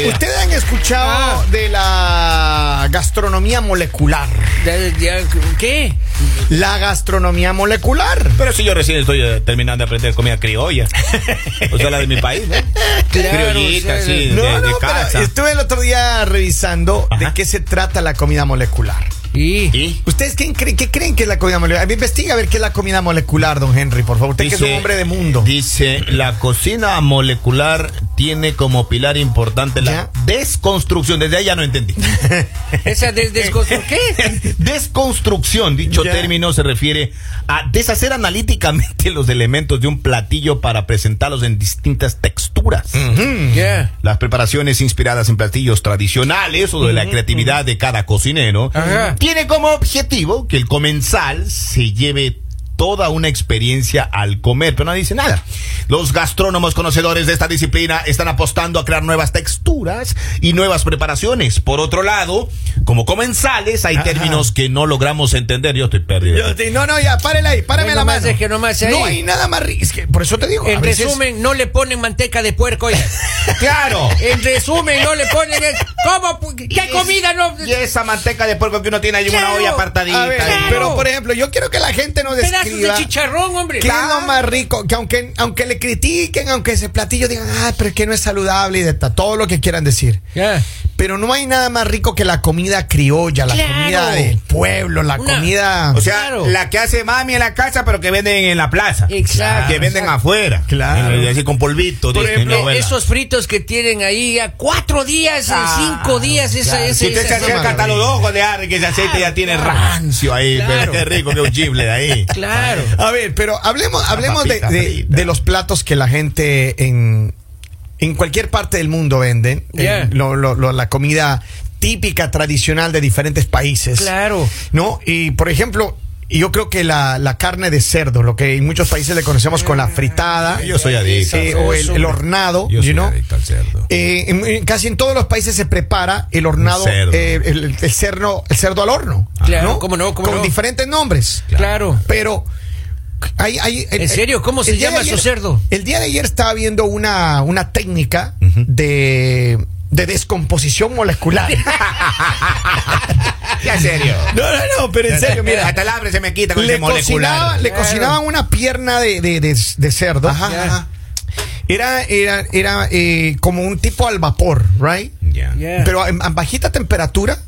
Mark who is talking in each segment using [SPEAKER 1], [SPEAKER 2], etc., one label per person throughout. [SPEAKER 1] Eh, escuchado
[SPEAKER 2] Ah.
[SPEAKER 1] de la gastronomía molecular?
[SPEAKER 2] Ya- ya- ¿Qué?
[SPEAKER 1] La gastronomía molecular.
[SPEAKER 3] Pero si yo recién estoy eh, terminando de aprender comida criolla. O sea, la de mi país, ¿no?
[SPEAKER 2] Claro,
[SPEAKER 3] Criollita,
[SPEAKER 2] o sea,
[SPEAKER 3] sí,
[SPEAKER 1] No,
[SPEAKER 3] de, de
[SPEAKER 1] no, pero
[SPEAKER 3] casa.
[SPEAKER 1] estuve el otro día revisando de
[SPEAKER 3] Ajá.
[SPEAKER 1] qué se trata la comida molecular.
[SPEAKER 2] Y,
[SPEAKER 3] ¿Y?
[SPEAKER 1] ¿Ustedes qué, creen- qué creen que es la comida molecular? A ver, Investiga a ver qué es la comida molecular, don Henry, por favor. Usted que es un hombre de mundo.
[SPEAKER 3] Dice, la cocina molecular tiene como pilar importante la
[SPEAKER 1] Ya.
[SPEAKER 3] desconstrucción. Desde ahí ya no entendí.
[SPEAKER 2] esa des desconstru- ¿Qué?
[SPEAKER 3] Desconstrucción, dicho
[SPEAKER 1] Ya.
[SPEAKER 3] término se refiere a deshacer analíticamente los elementos de un platillo para presentarlos en distintas texturas.
[SPEAKER 1] Mm. Ujú.
[SPEAKER 2] Ya.
[SPEAKER 3] Las preparaciones inspiradas en platillos tradicionales o de la creatividad de cada cocinero
[SPEAKER 2] Ajá.
[SPEAKER 3] tiene como objetivo que el comensal se lleve toda una experiencia al comer, pero no dice nada. Los gastrónomos conocedores de esta disciplina están apostando a crear nuevas texturas y nuevas preparaciones. Por otro lado, como comensales hay
[SPEAKER 1] Ajá.
[SPEAKER 3] términos que no logramos entender. Yo estoy perdido.
[SPEAKER 1] Yo te- No, no, ya, párele ahí, párame
[SPEAKER 2] No hay
[SPEAKER 1] la
[SPEAKER 2] nomás,
[SPEAKER 1] mano.
[SPEAKER 2] es que nomás ahí.
[SPEAKER 1] No hay nada más. ri- es que por eso te digo. a
[SPEAKER 2] En
[SPEAKER 1] veces-
[SPEAKER 2] resumen, no le ponen manteca de puerco. oiga.
[SPEAKER 3] Claro.
[SPEAKER 2] En resumen, no le ponen. el- ¿Cómo? pu- ¿Qué comida no?
[SPEAKER 3] Y esa manteca de puerco que uno tiene allí en una
[SPEAKER 2] Claro.
[SPEAKER 3] olla apartadita.
[SPEAKER 1] A ver,
[SPEAKER 2] Claro.
[SPEAKER 1] pero por ejemplo, yo quiero que la gente nos
[SPEAKER 2] Pedazos de
[SPEAKER 1] describa.
[SPEAKER 2] chicharrón, hombre.
[SPEAKER 1] ¿Qué es lo más rico? Que aunque, aunque le critiquen, aunque ese platillo digan, ah, pero es que no es saludable y de ta- todo lo que quieran decir.
[SPEAKER 2] Ya.
[SPEAKER 1] Pero no hay nada más rico que la comida criolla, la
[SPEAKER 2] Claro.
[SPEAKER 1] comida del pueblo, la
[SPEAKER 2] Una-
[SPEAKER 1] comida.
[SPEAKER 3] O sea,
[SPEAKER 2] Claro.
[SPEAKER 3] la que hace mami en la casa, pero que venden en la plaza.
[SPEAKER 2] Exacto.
[SPEAKER 3] Que venden
[SPEAKER 2] Exacto.
[SPEAKER 3] afuera.
[SPEAKER 1] Claro.
[SPEAKER 3] Y así con polvito.
[SPEAKER 2] Por
[SPEAKER 3] dice mi
[SPEAKER 2] ejemplo,
[SPEAKER 3] abuela.
[SPEAKER 2] esos fritos que tienen ahí ya cuatro días, eh,
[SPEAKER 3] Ah,
[SPEAKER 2] cinco días, esa,
[SPEAKER 1] claro.
[SPEAKER 2] esa,
[SPEAKER 3] Si usted
[SPEAKER 2] esa-
[SPEAKER 3] se
[SPEAKER 1] es una
[SPEAKER 3] acerca hasta los
[SPEAKER 1] maravilla.
[SPEAKER 3] ojos de Arre, que ese aceite
[SPEAKER 2] Claro,
[SPEAKER 3] ya tiene
[SPEAKER 2] claro.
[SPEAKER 3] rancio ahí.
[SPEAKER 2] Claro.
[SPEAKER 3] Pero qué rico que un chible de ahí.
[SPEAKER 2] Claro.
[SPEAKER 1] A ver, pero hablemos, hablemos de,
[SPEAKER 3] papita
[SPEAKER 1] de-
[SPEAKER 3] frita.
[SPEAKER 1] de los platos que la gente en, en cualquier parte del mundo venden.
[SPEAKER 2] Yeah.
[SPEAKER 1] Eh, lo- lo- lo- la comida típica, tradicional de diferentes países.
[SPEAKER 2] Claro.
[SPEAKER 1] ¿No? Y por ejemplo, yo creo que la, la carne de cerdo, lo que en muchos países le conocemos con la fritada.
[SPEAKER 3] Yo soy adicto.
[SPEAKER 1] eh, o el, el hornado,
[SPEAKER 3] Yo
[SPEAKER 1] you
[SPEAKER 3] soy
[SPEAKER 1] know.
[SPEAKER 3] adicto al cerdo.
[SPEAKER 1] Eh, en- en casi en todos los países se prepara el hornado,
[SPEAKER 3] El cerdo.
[SPEAKER 1] eh, el, el cerdo, el cerdo al horno.
[SPEAKER 2] Claro, cómo no, cómo
[SPEAKER 1] Con
[SPEAKER 2] no.
[SPEAKER 1] diferentes nombres.
[SPEAKER 2] Claro.
[SPEAKER 1] Pero hay, hay- el-
[SPEAKER 2] ¿En serio? ¿Cómo
[SPEAKER 1] el
[SPEAKER 2] se
[SPEAKER 1] día
[SPEAKER 2] llama
[SPEAKER 1] de
[SPEAKER 2] su
[SPEAKER 1] ayer-
[SPEAKER 2] cerdo?
[SPEAKER 1] El día de ayer estaba viendo una, una técnica de, de descomposición molecular.
[SPEAKER 3] Ya, en serio.
[SPEAKER 1] no, no, no, pero en serio, mira.
[SPEAKER 3] Hasta el hambre se me quita con
[SPEAKER 1] Le,
[SPEAKER 3] ese
[SPEAKER 1] cocinaba-
[SPEAKER 3] molecular.
[SPEAKER 1] le
[SPEAKER 2] Claro.
[SPEAKER 1] cocinaban una pierna de, de- de- de cerdo.
[SPEAKER 3] Ya. ajá.
[SPEAKER 1] Era, era, era eh, como un tipo al vapor, ¿right?
[SPEAKER 3] Ya.
[SPEAKER 2] Ya.
[SPEAKER 1] Pero a, a bajita temperatura.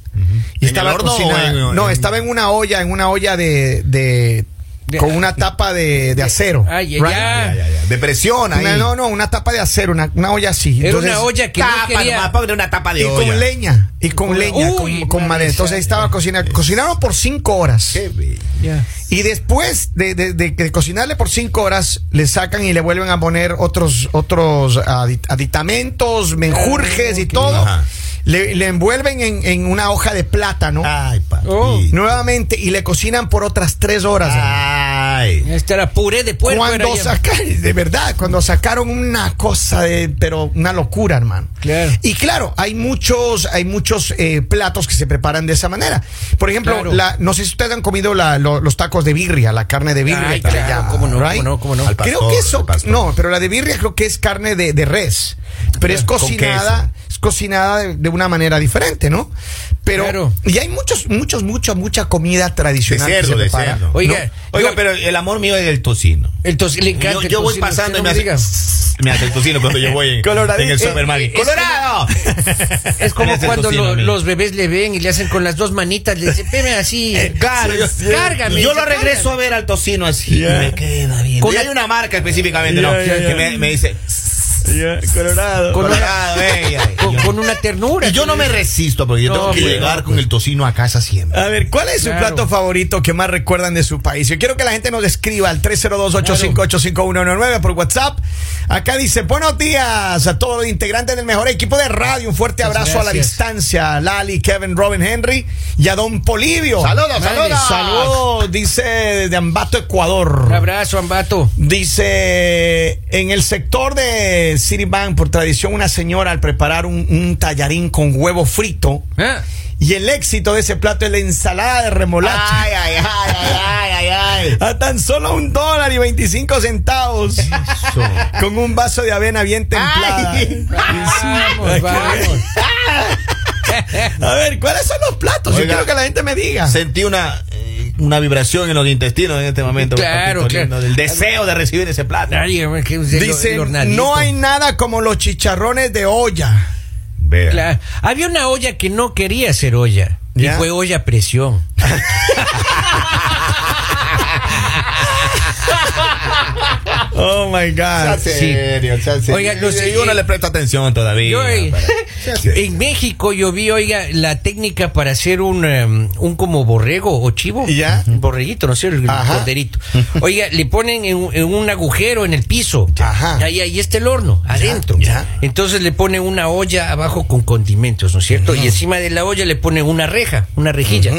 [SPEAKER 1] Y
[SPEAKER 3] ¿En
[SPEAKER 1] estaba
[SPEAKER 3] el horno
[SPEAKER 1] cocinada.
[SPEAKER 3] o en-
[SPEAKER 1] no,
[SPEAKER 3] en-
[SPEAKER 1] estaba en una olla, en una olla de. de-
[SPEAKER 2] De-
[SPEAKER 1] con una tapa de, de acero.
[SPEAKER 2] Ay,
[SPEAKER 1] right?
[SPEAKER 2] ya.
[SPEAKER 3] Ya, ya, ya. Depresión ahí.
[SPEAKER 1] Una- no, no, una tapa de acero, una, una olla así.
[SPEAKER 2] Era
[SPEAKER 1] Entonces,
[SPEAKER 2] una olla que no
[SPEAKER 3] Tapa, nomás,
[SPEAKER 2] quería.
[SPEAKER 3] ponle una tapa de
[SPEAKER 1] Y
[SPEAKER 3] olla.
[SPEAKER 1] con leña. Y con
[SPEAKER 2] Uy,
[SPEAKER 1] leña, con, con
[SPEAKER 2] maravilla.
[SPEAKER 1] madera. Entonces ahí estaba cocinando. Cocinaron por cinco horas.
[SPEAKER 3] Qué bello.
[SPEAKER 2] Ya.
[SPEAKER 1] Y después de, de- de- de cocinarle por cinco horas, le sacan y le vuelven a poner otros, otros adi- aditamentos, menjurjes y todo.
[SPEAKER 3] Ajá.
[SPEAKER 1] Le, le envuelven en, en una hoja de plátano
[SPEAKER 3] Ay, papi.
[SPEAKER 2] Oh.
[SPEAKER 1] nuevamente y le cocinan por otras tres horas.
[SPEAKER 3] Ah. Ay.
[SPEAKER 2] Esta era puré de puerco. era
[SPEAKER 1] cuando
[SPEAKER 2] ya.
[SPEAKER 1] sacaron, de verdad, cuando sacaron una cosa de, pero una locura, hermano.
[SPEAKER 2] Claro.
[SPEAKER 1] Y claro, hay muchos, hay muchos eh, platos que se preparan de esa manera. Por ejemplo,
[SPEAKER 2] Claro.
[SPEAKER 1] la, no sé si ustedes han comido la- lo- los tacos de birria, la carne de birria.
[SPEAKER 2] Ay,
[SPEAKER 1] que le
[SPEAKER 2] claro,
[SPEAKER 1] llaman,
[SPEAKER 2] cómo no,
[SPEAKER 1] right?
[SPEAKER 2] cómo no, cómo no.
[SPEAKER 3] Al pastor,
[SPEAKER 1] Creo que eso,
[SPEAKER 3] al pastor.
[SPEAKER 1] no, pero la de birria creo que es carne de, de res, pero es
[SPEAKER 3] Con
[SPEAKER 1] cocinada, es cocinada de, de una manera diferente, ¿no? Pero
[SPEAKER 2] Claro.
[SPEAKER 1] y hay muchos, muchos, mucha, mucha comida
[SPEAKER 3] De
[SPEAKER 1] tradicional. que
[SPEAKER 3] cerdo,
[SPEAKER 1] se
[SPEAKER 3] de
[SPEAKER 1] prepara,
[SPEAKER 3] cerdo.
[SPEAKER 1] ¿no?
[SPEAKER 2] Oiga,
[SPEAKER 3] Oiga,
[SPEAKER 2] yo-
[SPEAKER 3] pero el amor mío es el tocino.
[SPEAKER 2] Entonces le encanta.
[SPEAKER 3] Yo,
[SPEAKER 2] el
[SPEAKER 3] yo voy
[SPEAKER 2] tocino,
[SPEAKER 3] pasando y
[SPEAKER 2] usted no
[SPEAKER 3] me hace,
[SPEAKER 2] diga.
[SPEAKER 3] me hace el tocino cuando yo voy en,
[SPEAKER 1] Coloradito.
[SPEAKER 3] en el supermercado.
[SPEAKER 2] Eh, eh, es
[SPEAKER 3] ¡Colorado!
[SPEAKER 2] Es
[SPEAKER 3] Me
[SPEAKER 2] como
[SPEAKER 3] hace el
[SPEAKER 2] cuando
[SPEAKER 3] tocino
[SPEAKER 2] lo-
[SPEAKER 3] a mí.
[SPEAKER 2] los bebés le ven y le hacen con las dos manitas, le dicen, "Peme así.
[SPEAKER 3] Claro, yo,
[SPEAKER 2] cárgame.
[SPEAKER 3] yo
[SPEAKER 2] dice,
[SPEAKER 3] lo regreso a ver al tocino así.
[SPEAKER 1] Yeah.
[SPEAKER 3] Me queda bien.
[SPEAKER 2] Con-
[SPEAKER 3] Y hay una marca específicamente, ¿no?
[SPEAKER 1] Yeah, yeah,
[SPEAKER 3] Que
[SPEAKER 1] yeah.
[SPEAKER 3] me, me dice,
[SPEAKER 1] Colorado.
[SPEAKER 2] Con-
[SPEAKER 3] colorado, eh.
[SPEAKER 2] cárgame". Con, con una ternura.
[SPEAKER 3] Y yo no me resisto porque yo
[SPEAKER 2] No,
[SPEAKER 3] tengo que
[SPEAKER 2] pues.
[SPEAKER 3] llegar con el tocino a casa siempre.
[SPEAKER 1] A ver, ¿cuál es su
[SPEAKER 2] Claro.
[SPEAKER 1] plato favorito que más recuerdan de su país? Yo quiero que la gente nos escriba al 302-858-5199 por WhatsApp. Acá dice, buenos días a todos los integrantes del mejor equipo de radio. Un fuerte
[SPEAKER 2] Muchas
[SPEAKER 1] abrazo a la
[SPEAKER 2] gracias.
[SPEAKER 1] distancia. a Lali, Kevin, Robin, Henry y a Don Polivio.
[SPEAKER 3] Saludos,
[SPEAKER 2] Vale,
[SPEAKER 3] saludos.
[SPEAKER 1] Saludos, dice de Ambato,
[SPEAKER 2] Un
[SPEAKER 1] Ecuador.
[SPEAKER 2] abrazo, Ambato.
[SPEAKER 1] Dice, en el sector de Citibank, por tradición, una señora al preparar un, un tallarín con huevo frito,
[SPEAKER 2] ¿Ah?
[SPEAKER 1] y el éxito de ese plato es la ensalada de remolacha.
[SPEAKER 3] Ay, ay, ay, ay, ay, ay, ay.
[SPEAKER 1] a tan solo un dólar y 25 centavos. Con un vaso de avena bien templada.
[SPEAKER 3] Ay.
[SPEAKER 2] Vamos, vamos.
[SPEAKER 1] A ver, ¿cuáles son los platos? Yo
[SPEAKER 3] Oiga.
[SPEAKER 1] quiero que la gente me diga.
[SPEAKER 3] Sentí una, eh, una vibración en los intestinos en este momento.
[SPEAKER 2] Claro,
[SPEAKER 3] papito lindo,
[SPEAKER 2] claro.
[SPEAKER 3] Del deseo de recibir ese plato.
[SPEAKER 2] Nadie, hombre, que usted lo-
[SPEAKER 1] Dice,
[SPEAKER 2] el hornadito.
[SPEAKER 1] no hay nada como los chicharrones de olla.
[SPEAKER 3] Vea.
[SPEAKER 2] Claro. Había una olla que no quería ser olla.
[SPEAKER 1] Ya.
[SPEAKER 2] Y fue olla a presión.
[SPEAKER 1] Oh my
[SPEAKER 3] Sea
[SPEAKER 1] God.
[SPEAKER 3] serio, sea serio.
[SPEAKER 2] Oiga, no sé,
[SPEAKER 3] Y uno
[SPEAKER 2] eh,
[SPEAKER 3] le presta atención todavía.
[SPEAKER 2] Yo, eh,
[SPEAKER 3] pero- sea serio.
[SPEAKER 2] en México yo vi, oiga, la técnica para hacer un, em, un como borrego o chivo.
[SPEAKER 1] Ya.
[SPEAKER 2] Un borreguito, no sé, el
[SPEAKER 1] Ajá.
[SPEAKER 2] corderito. Oiga, le ponen en, un- en un agujero en el piso.
[SPEAKER 1] Ajá.
[SPEAKER 2] Ahí, ahí está el horno, adentro.
[SPEAKER 1] ya.
[SPEAKER 2] Entonces le ponen una olla abajo con condimentos, ¿no es cierto? Y encima de la olla le ponen una reja, una rejilla.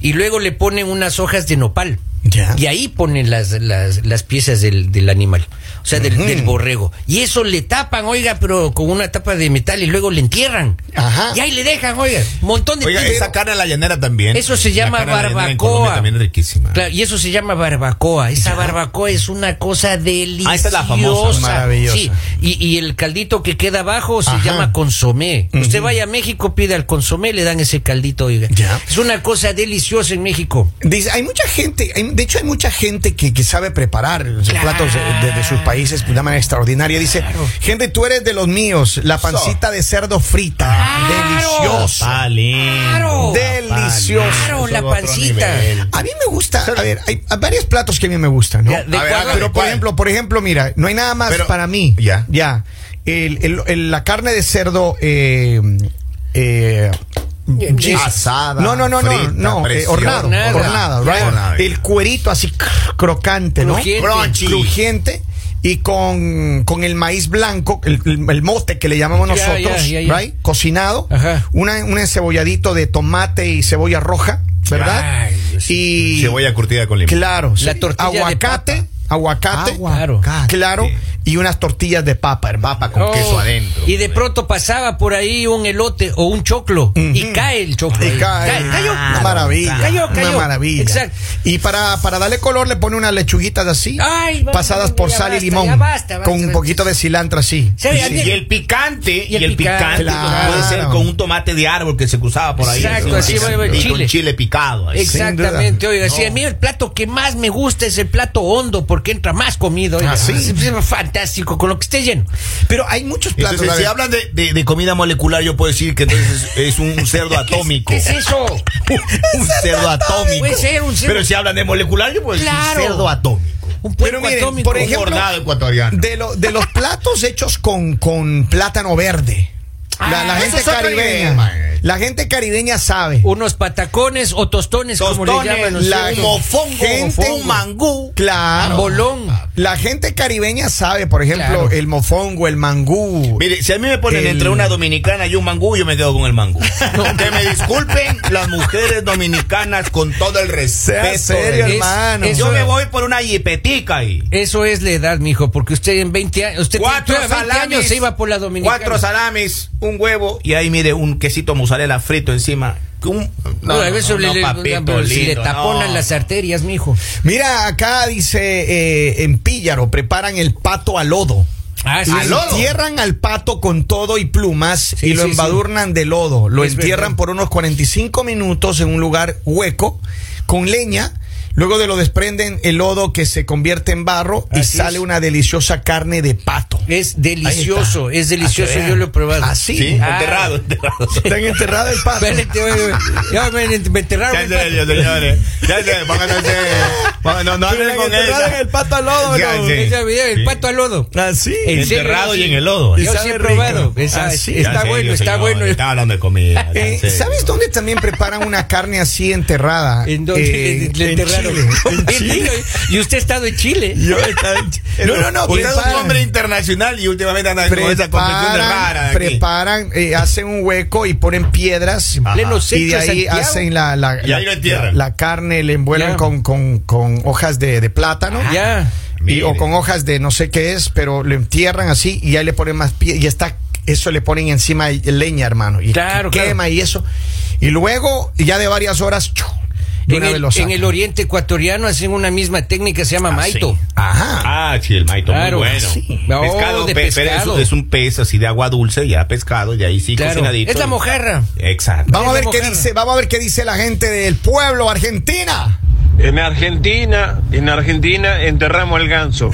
[SPEAKER 2] Y luego le ponen unas hojas de nopal.
[SPEAKER 1] Ya.
[SPEAKER 2] Y ahí ponen las, las, las piezas del, del animal, o sea, del, del borrego. Y eso le tapan, oiga, pero con una tapa de metal y luego le entierran.
[SPEAKER 1] Ajá.
[SPEAKER 2] Y ahí le dejan, oiga, un montón de
[SPEAKER 3] Oiga,
[SPEAKER 2] tipos.
[SPEAKER 3] esa carne a la llanera también.
[SPEAKER 2] Eso se
[SPEAKER 3] La
[SPEAKER 2] llama
[SPEAKER 3] carne a la llanera en Colombia
[SPEAKER 2] barbacoa.
[SPEAKER 3] También es riquísima.
[SPEAKER 2] Claro, y eso se llama barbacoa. Esa barbacoa es una cosa deliciosa.
[SPEAKER 3] Ah, esa es la famosa,
[SPEAKER 1] maravillosa.
[SPEAKER 2] Sí, y, y el caldito que queda abajo se
[SPEAKER 1] Ajá.
[SPEAKER 2] llama consomé. Usted vaya a México, pide al consomé, le dan ese caldito, oiga.
[SPEAKER 1] Ya.
[SPEAKER 2] Es una cosa deliciosa en México.
[SPEAKER 1] Dice, hay mucha gente, hay- de hecho hay mucha gente que, que sabe preparar los
[SPEAKER 2] Claro.
[SPEAKER 1] platos de- de, de sus países de una manera extraordinaria. Dice, gente, tú eres de los míos, la pancita de cerdo frita, delicioso.
[SPEAKER 3] Está lindo.
[SPEAKER 2] Claro.
[SPEAKER 1] Delicioso.
[SPEAKER 2] Claro,
[SPEAKER 3] Eso
[SPEAKER 2] la
[SPEAKER 3] es otro
[SPEAKER 2] pancita.
[SPEAKER 3] nivel.
[SPEAKER 1] A mí me gusta, a ver, hay hay varios platos que a mí me gustan, ¿no?
[SPEAKER 2] Ya, ¿de
[SPEAKER 1] A ver,
[SPEAKER 2] cuál?
[SPEAKER 1] hágale, pero por
[SPEAKER 3] ¿cuál?
[SPEAKER 1] ejemplo, por ejemplo, mira, no hay nada más
[SPEAKER 3] Pero-
[SPEAKER 1] para mí.
[SPEAKER 3] Ya.
[SPEAKER 1] Ya. El- el- el- la carne de cerdo eh, eh,
[SPEAKER 3] Asada,
[SPEAKER 1] No, no, no, no,
[SPEAKER 3] frita,
[SPEAKER 1] no, eh,
[SPEAKER 3] preciosa.
[SPEAKER 1] hornado,
[SPEAKER 2] Hornada.
[SPEAKER 1] hornado, right?
[SPEAKER 3] Hornado.
[SPEAKER 1] El cuerito así cr- crocante, ¿no?
[SPEAKER 2] Crujiente.
[SPEAKER 1] Crunchy. Crujiente y con, con el maíz blanco, el, el- el mote que le llamamos
[SPEAKER 2] Ya,
[SPEAKER 1] nosotros,
[SPEAKER 2] ya, ya, ya.
[SPEAKER 1] right? Cocinado,
[SPEAKER 2] Ajá.
[SPEAKER 1] Una, un encebolladito de tomate y cebolla roja, ¿verdad?
[SPEAKER 2] Ay, Dios.
[SPEAKER 1] y
[SPEAKER 3] Cebolla curtida con limón.
[SPEAKER 1] claro, sí.
[SPEAKER 2] La tortilla de
[SPEAKER 1] aguacate,
[SPEAKER 2] papa. Ah,
[SPEAKER 1] aguacate,
[SPEAKER 2] Claro.
[SPEAKER 1] claro,
[SPEAKER 3] Sí.
[SPEAKER 1] y unas tortillas de papa, hermano.
[SPEAKER 3] Papa con
[SPEAKER 2] Oh,
[SPEAKER 3] queso adentro.
[SPEAKER 2] Y de pronto pasaba por ahí un elote o un choclo y cae el choclo.
[SPEAKER 1] Y
[SPEAKER 2] ahí.
[SPEAKER 1] cae.
[SPEAKER 2] cayó.
[SPEAKER 1] Una maravilla.
[SPEAKER 2] Cayó,
[SPEAKER 1] Una
[SPEAKER 2] cayó.
[SPEAKER 1] maravilla.
[SPEAKER 2] Exacto.
[SPEAKER 1] Y para, para darle color le pone unas lechuguitas así,
[SPEAKER 2] Ay, vamos,
[SPEAKER 1] pasadas
[SPEAKER 2] ya
[SPEAKER 1] por
[SPEAKER 2] basta,
[SPEAKER 1] sal y
[SPEAKER 2] ya
[SPEAKER 1] limón,
[SPEAKER 2] basta, basta,
[SPEAKER 1] con un
[SPEAKER 2] basta.
[SPEAKER 1] poquito de cilantro así.
[SPEAKER 2] Sí,
[SPEAKER 3] Y,
[SPEAKER 2] a mí-
[SPEAKER 3] y el picante, y el, picante,
[SPEAKER 1] Claro.
[SPEAKER 3] puede ser con un tomate de árbol que se cruzaba por ahí.
[SPEAKER 2] Exacto,
[SPEAKER 3] ¿no?
[SPEAKER 2] así va, va,
[SPEAKER 3] Y con
[SPEAKER 2] chile.
[SPEAKER 3] chile picado. ahí.
[SPEAKER 2] Exactamente,
[SPEAKER 1] duda.
[SPEAKER 2] oiga, sí, a mí el plato que más me gusta es el plato hondo porque entra más comida, oiga.
[SPEAKER 1] Ah, ¿sí?
[SPEAKER 2] Es- es fantástico, con lo que esté lleno.
[SPEAKER 1] Pero hay muchos platos.
[SPEAKER 3] Entonces,
[SPEAKER 1] a
[SPEAKER 3] si
[SPEAKER 1] ver.
[SPEAKER 3] hablan de, de- de comida molecular, yo puedo decir que entonces es un cerdo atómico.
[SPEAKER 2] ¿Qué es eso?
[SPEAKER 3] un cerdo atómico.
[SPEAKER 2] Puede ser un cerdo-
[SPEAKER 3] Pero si hablan de molecular, yo puedo decir
[SPEAKER 2] Claro.
[SPEAKER 3] cerdo atómico.
[SPEAKER 2] Un
[SPEAKER 1] Pero
[SPEAKER 2] puerco
[SPEAKER 1] miren,
[SPEAKER 2] atómico.
[SPEAKER 1] por ejemplo,
[SPEAKER 3] Jornado ecuatoriano.
[SPEAKER 1] de, lo- de los platos hechos con, con plátano verde. La,
[SPEAKER 2] Ah,
[SPEAKER 1] la
[SPEAKER 2] eso
[SPEAKER 1] gente
[SPEAKER 2] es otro
[SPEAKER 1] caribeña.
[SPEAKER 3] nivel, man.
[SPEAKER 1] la gente caribeña sabe.
[SPEAKER 2] unos patacones o tostones, como le
[SPEAKER 3] Tostones,
[SPEAKER 2] llaman. no sé,
[SPEAKER 1] la-
[SPEAKER 3] un
[SPEAKER 2] un
[SPEAKER 3] mofongo,
[SPEAKER 1] gente-
[SPEAKER 3] un mangú.
[SPEAKER 1] Claro.
[SPEAKER 2] bolón.
[SPEAKER 1] La gente caribeña sabe, por ejemplo,
[SPEAKER 2] Claro.
[SPEAKER 1] el mofongo, el mangú.
[SPEAKER 3] Mire, si a mí me ponen
[SPEAKER 1] El-
[SPEAKER 3] entre una dominicana y un mangú, yo me quedo con el mangú. que me disculpen las mujeres dominicanas con todo el respeto.
[SPEAKER 1] serio,
[SPEAKER 3] del-
[SPEAKER 1] hermano.
[SPEAKER 2] es-
[SPEAKER 3] yo me voy por una yipetica ahí.
[SPEAKER 2] Eso es la edad, mijo, porque usted en 20 años, usted
[SPEAKER 3] Cuatro
[SPEAKER 2] a 20
[SPEAKER 3] salamis,
[SPEAKER 2] años se iba por la dominicana.
[SPEAKER 3] Cuatro salamis, un huevo y ahí mire un quesito mozzarella frito encima. Un-
[SPEAKER 2] No, a veces le, le- pero si le taponan
[SPEAKER 3] no.
[SPEAKER 2] las arterias, mijo.
[SPEAKER 1] Mira, acá dice eh, en Píllaro preparan el pato al lodo.
[SPEAKER 2] Ah, sí.
[SPEAKER 1] Lo
[SPEAKER 3] ¿Al lodo?
[SPEAKER 1] entierran al pato con todo y plumas
[SPEAKER 2] Sí,
[SPEAKER 1] y lo
[SPEAKER 2] sí, sí.
[SPEAKER 1] embadurnan de lodo. Lo
[SPEAKER 2] Es
[SPEAKER 1] entierran
[SPEAKER 2] verdad.
[SPEAKER 1] por unos 45 minutos en un lugar hueco con leña. Luego de lo desprenden el lodo que se convierte en barro y
[SPEAKER 2] Así
[SPEAKER 1] sale
[SPEAKER 2] es.
[SPEAKER 1] una deliciosa carne de pato.
[SPEAKER 2] Es delicioso, es delicioso,
[SPEAKER 3] vean.
[SPEAKER 2] yo lo he probado.
[SPEAKER 1] Así.
[SPEAKER 3] Sí,
[SPEAKER 2] Ah.
[SPEAKER 3] enterrado, enterrado.
[SPEAKER 1] Están enterrado el pato.
[SPEAKER 2] Espérate, oye, oye, ya me, me enterraron.
[SPEAKER 3] Ya en
[SPEAKER 2] el pato.
[SPEAKER 3] serio, señores. Ya en serio, pónganse en serio. Pónganse- No,
[SPEAKER 1] Pero
[SPEAKER 3] no hablen
[SPEAKER 1] que
[SPEAKER 3] con
[SPEAKER 1] enterraron
[SPEAKER 3] esa.
[SPEAKER 1] el pato al lodo,
[SPEAKER 3] Ya
[SPEAKER 1] ¿no?
[SPEAKER 3] en serio.
[SPEAKER 2] Ese video, el
[SPEAKER 3] Sí.
[SPEAKER 2] pato al lodo.
[SPEAKER 1] Así.
[SPEAKER 2] En serio,
[SPEAKER 3] Enterrado
[SPEAKER 2] Ah, sí.
[SPEAKER 3] y en el lodo.
[SPEAKER 2] Yo
[SPEAKER 1] Sabe
[SPEAKER 2] sí he
[SPEAKER 1] rico.
[SPEAKER 2] probado. Esa-
[SPEAKER 1] Así.
[SPEAKER 3] Ya en
[SPEAKER 2] está
[SPEAKER 3] serio,
[SPEAKER 2] bueno, está
[SPEAKER 3] señor,
[SPEAKER 2] bueno.
[SPEAKER 3] Estaba hablando de comida. ya en
[SPEAKER 1] Eh,
[SPEAKER 3] serio.
[SPEAKER 1] ¿Sabes dónde también preparan una carne así enterrada?
[SPEAKER 2] ¿En dónde
[SPEAKER 1] Eh,
[SPEAKER 2] le enterraron?
[SPEAKER 1] Chile, en Chile.
[SPEAKER 2] Y usted ha estado en Chile.
[SPEAKER 1] Yo estaba en Chile. No, no, no.
[SPEAKER 3] Usted es un
[SPEAKER 1] preparan-
[SPEAKER 3] hombre internacional y últimamente anda con esa competición de rara.
[SPEAKER 1] Preparan,
[SPEAKER 3] aquí.
[SPEAKER 1] preparan, eh, hacen un hueco y ponen piedras
[SPEAKER 2] pleno
[SPEAKER 1] y de
[SPEAKER 2] centro de
[SPEAKER 1] ahí
[SPEAKER 2] Santiago.
[SPEAKER 1] hacen la, la,
[SPEAKER 3] Y ahí lo
[SPEAKER 1] la,
[SPEAKER 3] entierran.
[SPEAKER 1] la carne, le envuelven
[SPEAKER 2] Ya. Ah,
[SPEAKER 1] con, con, con hojas de, de plátano
[SPEAKER 2] Ya.
[SPEAKER 1] y,
[SPEAKER 3] Mire.
[SPEAKER 1] o con hojas de no sé qué es, pero lo entierran así y ahí le ponen más pie y está, eso le ponen encima leña, hermano, y
[SPEAKER 2] Claro,
[SPEAKER 1] quema
[SPEAKER 2] claro.
[SPEAKER 1] y eso. Y luego, ya de varias horas, ¡chu! de
[SPEAKER 2] En
[SPEAKER 1] una vez
[SPEAKER 2] el,
[SPEAKER 1] lo sacan.
[SPEAKER 2] en el oriente ecuatoriano hacen una misma técnica, se llama
[SPEAKER 3] Ah,
[SPEAKER 2] maito.
[SPEAKER 3] sí.
[SPEAKER 1] Ajá.
[SPEAKER 3] Ah, sí, el maito,
[SPEAKER 2] Claro,
[SPEAKER 3] muy bueno.
[SPEAKER 2] sí. No, de
[SPEAKER 3] pe- pero
[SPEAKER 2] pescado.
[SPEAKER 3] Es, es un pez así de agua dulce, ya pescado, y ahí sí
[SPEAKER 2] Claro,
[SPEAKER 3] cocinadito.
[SPEAKER 2] es la mojarra.
[SPEAKER 3] Exacto.
[SPEAKER 1] Vamos a ver
[SPEAKER 2] Vamos,
[SPEAKER 1] qué
[SPEAKER 2] Carlos.
[SPEAKER 1] dice, vamos a ver qué dice la gente del pueblo Argentina.
[SPEAKER 4] En Argentina, en Argentina enterramos al ganso.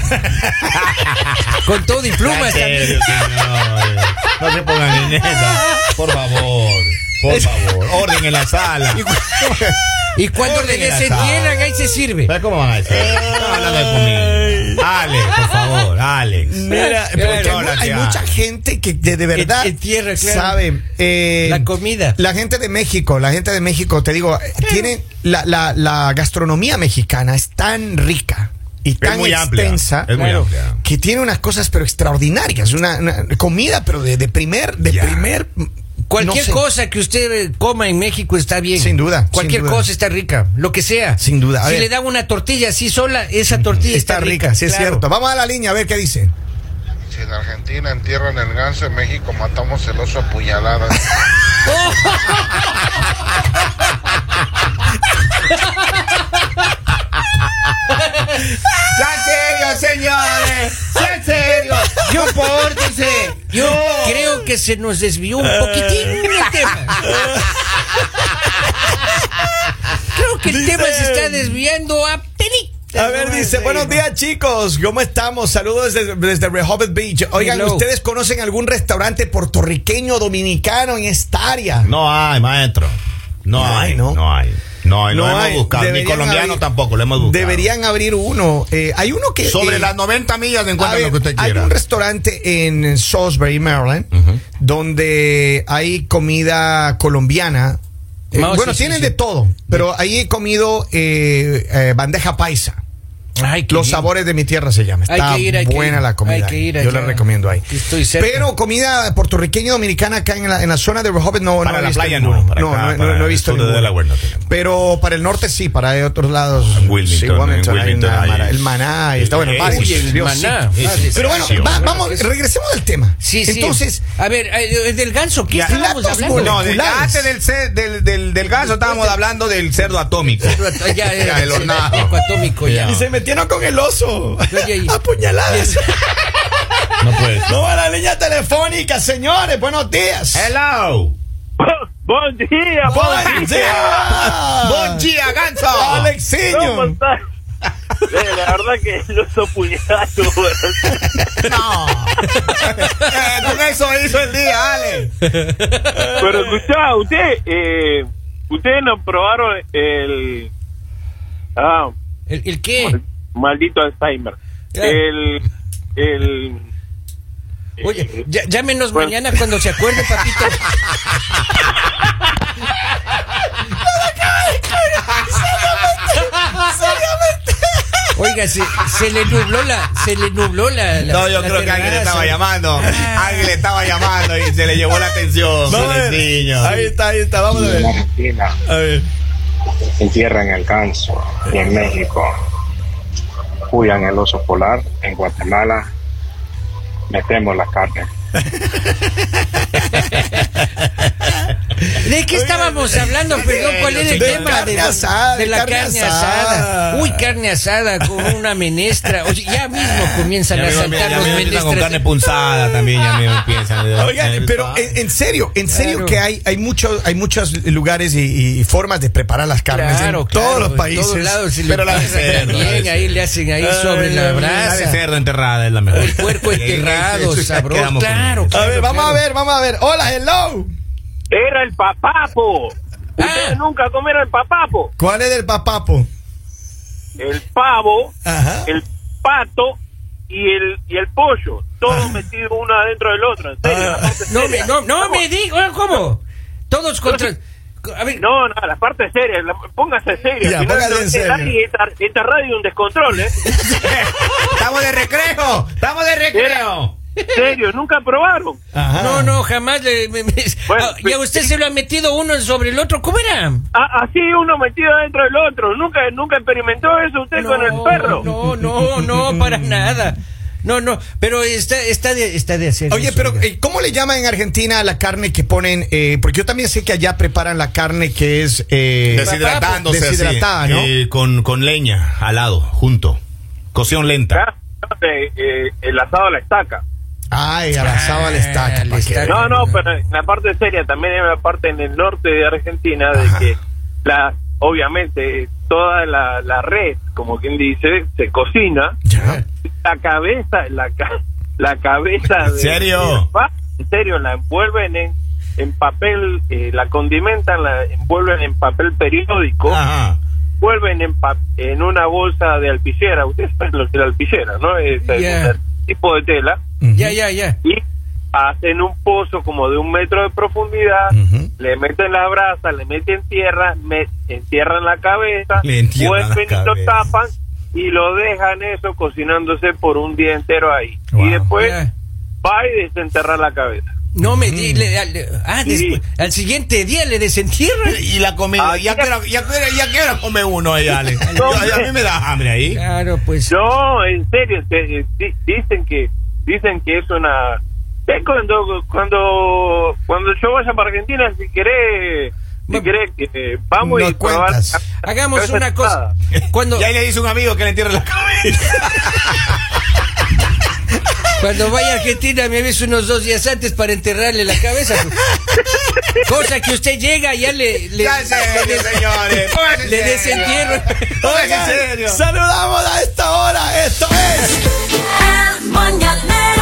[SPEAKER 2] Con todo y plumas también.
[SPEAKER 3] serio, señores. No se pongan en esa. Por favor. Por favor. Orden en la sala.
[SPEAKER 2] Y cuando le
[SPEAKER 3] Orden en la
[SPEAKER 2] desentierran,
[SPEAKER 3] sala.
[SPEAKER 2] ahí se sirve.
[SPEAKER 3] ¿Sabes cómo van a decir? No, hablando de comida. Alex, por favor, Alex.
[SPEAKER 1] Mira,
[SPEAKER 2] Claro,
[SPEAKER 1] porque hay,
[SPEAKER 3] ahora
[SPEAKER 1] mu- hay
[SPEAKER 3] sí,
[SPEAKER 1] mucha
[SPEAKER 3] ah.
[SPEAKER 1] gente que de, de verdad
[SPEAKER 2] En- en tierra, claro.
[SPEAKER 1] sabe. eh,
[SPEAKER 2] La comida.
[SPEAKER 1] La gente de México, la gente de México, te digo, eh, tiene la, la- la gastronomía mexicana es tan rica y tan
[SPEAKER 3] muy amplia,
[SPEAKER 1] extensa
[SPEAKER 3] es muy amplia.
[SPEAKER 1] que tiene unas cosas pero extraordinarias, una, una comida pero de, de primer, de
[SPEAKER 3] Ya.
[SPEAKER 1] primer mm,
[SPEAKER 2] Cualquier
[SPEAKER 1] no sé,
[SPEAKER 2] cosa que usted eh, coma en México está bien.
[SPEAKER 1] Sin duda, sin
[SPEAKER 2] Cualquier
[SPEAKER 1] duda.
[SPEAKER 2] cosa está rica, lo que sea.
[SPEAKER 1] Sin duda, a
[SPEAKER 2] Si
[SPEAKER 1] ver.
[SPEAKER 2] le dan una tortilla así sola, esa tortilla está,
[SPEAKER 1] está rica, sí es
[SPEAKER 2] claro.
[SPEAKER 1] cierto. Vamos a la línea a ver qué dice.
[SPEAKER 5] Si en Argentina entierran el ganso, en México matamos el oso a puñaladas.
[SPEAKER 3] ¡Ya en serio, señores! ¡Ya en serio! ¡Yo pórtese!
[SPEAKER 2] Yo creo que se nos desvió un poquitín el tema. creo que el tema se está desviando a penitas.
[SPEAKER 1] A ver,
[SPEAKER 2] nomás
[SPEAKER 1] dice,
[SPEAKER 2] ahí,
[SPEAKER 1] buenos
[SPEAKER 2] ¿no?
[SPEAKER 1] días chicos, ¿cómo estamos? Saludos desde, desde Rehoboth Beach. Oigan,
[SPEAKER 2] Hello.
[SPEAKER 1] ¿ustedes conocen algún restaurante puertorriqueño dominicano en esta área?
[SPEAKER 3] No hay, maestro. No,
[SPEAKER 1] No
[SPEAKER 3] hay,
[SPEAKER 1] hay, ¿no?
[SPEAKER 3] No hay. No hay, lo hemos
[SPEAKER 1] hay.
[SPEAKER 3] buscado. Ni
[SPEAKER 1] Deberían
[SPEAKER 3] colombiano
[SPEAKER 1] abrir-
[SPEAKER 3] tampoco, lo hemos buscado.
[SPEAKER 1] Deberían abrir uno. Eh, hay uno que...
[SPEAKER 3] Sobre
[SPEAKER 1] eh,
[SPEAKER 3] las 90 millas
[SPEAKER 1] a
[SPEAKER 3] encuentran
[SPEAKER 1] ver,
[SPEAKER 3] lo que usted
[SPEAKER 1] hay
[SPEAKER 3] quiera.
[SPEAKER 1] un restaurante en Salisbury, Maryland,
[SPEAKER 3] Ujú.
[SPEAKER 1] donde hay comida colombiana. Eh,
[SPEAKER 2] Mao,
[SPEAKER 1] bueno,
[SPEAKER 2] Oh, sí, sí,
[SPEAKER 1] tienen
[SPEAKER 2] sí.
[SPEAKER 1] de todo, pero ahí he comido eh, eh, bandeja paisa.
[SPEAKER 2] Ay, qué
[SPEAKER 1] Los
[SPEAKER 2] bien.
[SPEAKER 1] sabores de mi tierra se llama.
[SPEAKER 2] Hay
[SPEAKER 1] Está
[SPEAKER 2] que ir, hay que
[SPEAKER 1] buena
[SPEAKER 2] ir.
[SPEAKER 1] la comida.
[SPEAKER 2] Hay que ir
[SPEAKER 1] Yo la
[SPEAKER 2] allá.
[SPEAKER 1] recomiendo ahí.
[SPEAKER 2] Estoy cerca.
[SPEAKER 1] Pero comida puertorriqueña y dominicana acá en la, en la zona de Rehoboth no,
[SPEAKER 3] Para
[SPEAKER 1] no he
[SPEAKER 3] la
[SPEAKER 1] visto
[SPEAKER 3] playa
[SPEAKER 1] ninguno.
[SPEAKER 3] no, para
[SPEAKER 1] no,
[SPEAKER 3] acá,
[SPEAKER 1] no, no-
[SPEAKER 3] para
[SPEAKER 1] no he
[SPEAKER 3] el
[SPEAKER 1] visto
[SPEAKER 3] sur de
[SPEAKER 1] ninguno.
[SPEAKER 3] Delaware no tenemos.
[SPEAKER 1] Pero para el norte sí, para otros lados.
[SPEAKER 3] En Wilmington,
[SPEAKER 1] sí,
[SPEAKER 3] en
[SPEAKER 1] hay
[SPEAKER 3] Wilmington
[SPEAKER 1] una
[SPEAKER 3] hay-
[SPEAKER 1] mara- el maná. y está bueno.
[SPEAKER 3] Uy,
[SPEAKER 1] varios.
[SPEAKER 2] Uy, el
[SPEAKER 1] Dios, sí.
[SPEAKER 2] maná.
[SPEAKER 3] sí.
[SPEAKER 2] Ah, sí,
[SPEAKER 1] Pero bueno,
[SPEAKER 3] Sí,
[SPEAKER 1] va-
[SPEAKER 3] hombre.
[SPEAKER 1] vamos, regresemos al tema.
[SPEAKER 2] Sí, sí.
[SPEAKER 1] Entonces,
[SPEAKER 2] a ver, eh, del ganso, ¿qué
[SPEAKER 3] Ya.
[SPEAKER 2] estábamos
[SPEAKER 1] Platos
[SPEAKER 2] hablando?
[SPEAKER 1] No,
[SPEAKER 3] No,
[SPEAKER 1] de-
[SPEAKER 3] del,
[SPEAKER 1] antes
[SPEAKER 3] antes
[SPEAKER 1] del
[SPEAKER 3] del, del, ganso estábamos hablando del cerdo atómico.
[SPEAKER 2] Ah, ya, eh,
[SPEAKER 3] el hornado.
[SPEAKER 2] acuatómico, ya.
[SPEAKER 1] y se metieron con el oso.
[SPEAKER 2] Oye, y-
[SPEAKER 1] Apuñaladas.
[SPEAKER 3] No puede
[SPEAKER 1] No a la línea telefónica, señores. Buenos días.
[SPEAKER 3] Hello.
[SPEAKER 6] Bom dia,
[SPEAKER 1] Buen día.
[SPEAKER 3] Buen día, ganso.
[SPEAKER 6] ¿Cómo
[SPEAKER 1] Alexiño.
[SPEAKER 6] estás? Eh, la verdad que el oso puñetazo, güey.
[SPEAKER 3] No.
[SPEAKER 1] pues,
[SPEAKER 3] Eh, con eso hizo el día, Ale.
[SPEAKER 6] Pero escuchá, usted, eh, ustedes no probaron el... Ah,
[SPEAKER 2] ¿El, el qué?
[SPEAKER 6] maldito Alzheimer. El... El...
[SPEAKER 2] Oye, ya- llámenos
[SPEAKER 6] Bueno.
[SPEAKER 2] mañana cuando se acuerde, papito. Oiga, se, se le nubló la, se le nubló la. la-
[SPEAKER 3] No, yo
[SPEAKER 2] la
[SPEAKER 3] creo que alguien le
[SPEAKER 2] terraza.
[SPEAKER 3] estaba llamando. Alguien le estaba llamando y se le llevó la atención.
[SPEAKER 1] Vamos a ver.
[SPEAKER 3] pobrecillo.
[SPEAKER 1] Ahí está, ahí está, vamos a
[SPEAKER 7] en
[SPEAKER 1] ver.
[SPEAKER 7] Argentina
[SPEAKER 1] A ver.
[SPEAKER 7] entierran el ganso y en México cuidan el oso polar, en Guatemala metemos la carne.
[SPEAKER 2] ¿De qué estábamos hablando? Perdón, ¿cuál era el
[SPEAKER 1] de
[SPEAKER 2] tema?
[SPEAKER 1] carne
[SPEAKER 2] de,
[SPEAKER 1] asada,
[SPEAKER 2] de la
[SPEAKER 1] carne
[SPEAKER 2] carne, asada.
[SPEAKER 1] asada.
[SPEAKER 2] Uy, carne asada con una menestra. Oye, ya mismo comienzan
[SPEAKER 3] Ya
[SPEAKER 2] a
[SPEAKER 3] mismo-
[SPEAKER 2] saltar
[SPEAKER 3] ya
[SPEAKER 2] los
[SPEAKER 3] mismo empiezan
[SPEAKER 2] menestras.
[SPEAKER 3] con carne punzada también, ya me empiezan.
[SPEAKER 1] Oigan, pero
[SPEAKER 3] eh,
[SPEAKER 1] en, en serio, en serio
[SPEAKER 2] Claro.
[SPEAKER 1] que hay, hay muchos, hay muchos lugares y, y formas de preparar las carnes
[SPEAKER 2] Claro,
[SPEAKER 1] en
[SPEAKER 2] claro,
[SPEAKER 1] todos los
[SPEAKER 2] en
[SPEAKER 1] países.
[SPEAKER 2] Ah, todos lados, si le
[SPEAKER 1] pero la
[SPEAKER 2] pasa
[SPEAKER 1] de cerdo,
[SPEAKER 2] también,
[SPEAKER 1] la de
[SPEAKER 2] ahí le hacen ahí sobre la
[SPEAKER 3] La de
[SPEAKER 2] brasa.
[SPEAKER 3] cerdo enterrada es la mejor.
[SPEAKER 2] El puerco enterrado,
[SPEAKER 3] Eso ya
[SPEAKER 2] sabroso.
[SPEAKER 3] quedamos con
[SPEAKER 2] Claro,
[SPEAKER 3] eso.
[SPEAKER 1] cerdo. A ver,
[SPEAKER 2] claro,
[SPEAKER 1] vamos a
[SPEAKER 2] claro.
[SPEAKER 1] ver, vamos a ver. Hola, hello.
[SPEAKER 6] Era el papapo. Ustedes
[SPEAKER 2] Ah.
[SPEAKER 6] nunca comieron el papapo.
[SPEAKER 1] ¿Cuál es el papapo?
[SPEAKER 6] El pavo,
[SPEAKER 1] Ajá.
[SPEAKER 6] el pato y el, y el pollo.
[SPEAKER 1] Ah.
[SPEAKER 6] Todos metidos uno adentro del otro. En serio, la parte
[SPEAKER 2] No me,
[SPEAKER 6] seria.
[SPEAKER 2] no, no
[SPEAKER 6] Vamos.
[SPEAKER 2] me digas, ¿cómo? Todos contra. A ver,
[SPEAKER 6] No, no, la parte seria, la- póngase serio.
[SPEAKER 1] Ya,
[SPEAKER 6] si no,
[SPEAKER 1] póngase
[SPEAKER 6] no,
[SPEAKER 1] en
[SPEAKER 6] esta-
[SPEAKER 1] serio.
[SPEAKER 6] Esta, esta radio es un descontrol, ¿eh?
[SPEAKER 3] ¡Estamos de recreo! ¡Estamos de recreo!
[SPEAKER 6] serio, nunca probaron.
[SPEAKER 1] Ajá.
[SPEAKER 2] no, no, jamás. Le, me- me-
[SPEAKER 6] Bueno,
[SPEAKER 2] Ah, y a
[SPEAKER 6] pues-
[SPEAKER 2] usted se lo ha metido uno sobre el otro. ¿Cómo era?
[SPEAKER 6] A- así uno metido dentro del otro. Nunca nunca experimentó eso usted con el perro.
[SPEAKER 2] No, no, no, para nada. No, no, pero está, está, de, está de hacer.
[SPEAKER 1] Oye,
[SPEAKER 2] eso,
[SPEAKER 1] pero
[SPEAKER 2] oiga.
[SPEAKER 1] eh, ¿cómo le llaman en Argentina a la carne que ponen? eh, porque yo también sé que allá preparan la carne que es eh,
[SPEAKER 3] Deshidratándose así,
[SPEAKER 1] deshidratada, ¿no?
[SPEAKER 3] eh, con, con leña al lado, junto. Cocción lenta.
[SPEAKER 6] Acá, eh, eh, el asado a la estaca.
[SPEAKER 1] Ay, abrazado al estaca.
[SPEAKER 2] al
[SPEAKER 1] pa' que-
[SPEAKER 2] estaca.
[SPEAKER 6] No, no, pero en la parte seria también hay una parte en el norte de Argentina de que la, obviamente toda la, la red, como quien dice, se cocina.
[SPEAKER 1] Ya.
[SPEAKER 6] La cabeza, la, ca- la cabeza.
[SPEAKER 3] ¿En serio?
[SPEAKER 6] de- va, en serio, la envuelven en, en papel, eh, la condimentan, la envuelven en papel periódico,
[SPEAKER 3] Ajá.
[SPEAKER 6] envuelven en, pa- en una bolsa de alpicera. Ustedes saben lo que es la alpicera, ¿no? Es, es
[SPEAKER 2] Yeah.
[SPEAKER 6] un tipo de tela
[SPEAKER 2] Ya, ya, ya.
[SPEAKER 6] y hacen un pozo como de un metro de profundidad,
[SPEAKER 3] Ujú.
[SPEAKER 6] le meten la brasa, le meten tierra, me- entierran la cabeza,
[SPEAKER 3] Le entierran la
[SPEAKER 6] vuelven y lo
[SPEAKER 3] cabeza.
[SPEAKER 6] tapan y lo dejan eso cocinándose por un día entero ahí.
[SPEAKER 3] Wow.
[SPEAKER 6] Y después
[SPEAKER 2] Ya.
[SPEAKER 6] va y desenterra la cabeza.
[SPEAKER 2] No me di, le- al- ah,
[SPEAKER 6] Sí.
[SPEAKER 2] después- al siguiente día le desentierran.
[SPEAKER 3] Y la comida.
[SPEAKER 6] Ah,
[SPEAKER 3] ya,
[SPEAKER 6] ya-
[SPEAKER 3] que era, ya, que era- ya que era come uno ahí, Ale. Yo- a mí me da hambre ahí.
[SPEAKER 2] Claro, pues.
[SPEAKER 6] No, en serio, se- eh, di- dicen que dicen que es una es cuando cuando cuando yo vaya para Argentina si querés si
[SPEAKER 2] Bueno,
[SPEAKER 6] querés eh, vamos
[SPEAKER 1] nos
[SPEAKER 6] y probar
[SPEAKER 1] cuentas.
[SPEAKER 6] la-
[SPEAKER 2] Hagamos
[SPEAKER 6] cabeza
[SPEAKER 2] una cosa.
[SPEAKER 6] tostada.
[SPEAKER 2] Cuando,
[SPEAKER 3] Y ahí le dice un amigo que le entierre la cabeza.
[SPEAKER 2] cuando vaya a Argentina me avisa unos dos días antes para enterrarle la cabeza. Cosa que usted llega y ya le, le,
[SPEAKER 3] Ya en serio, señores. Pónganse en
[SPEAKER 2] le
[SPEAKER 3] serio.
[SPEAKER 2] desentierran.
[SPEAKER 3] Pónganse en
[SPEAKER 1] Oigan,
[SPEAKER 3] serio.
[SPEAKER 1] Eh. Saludamos a esta hora. Esto es.
[SPEAKER 8] El mañanero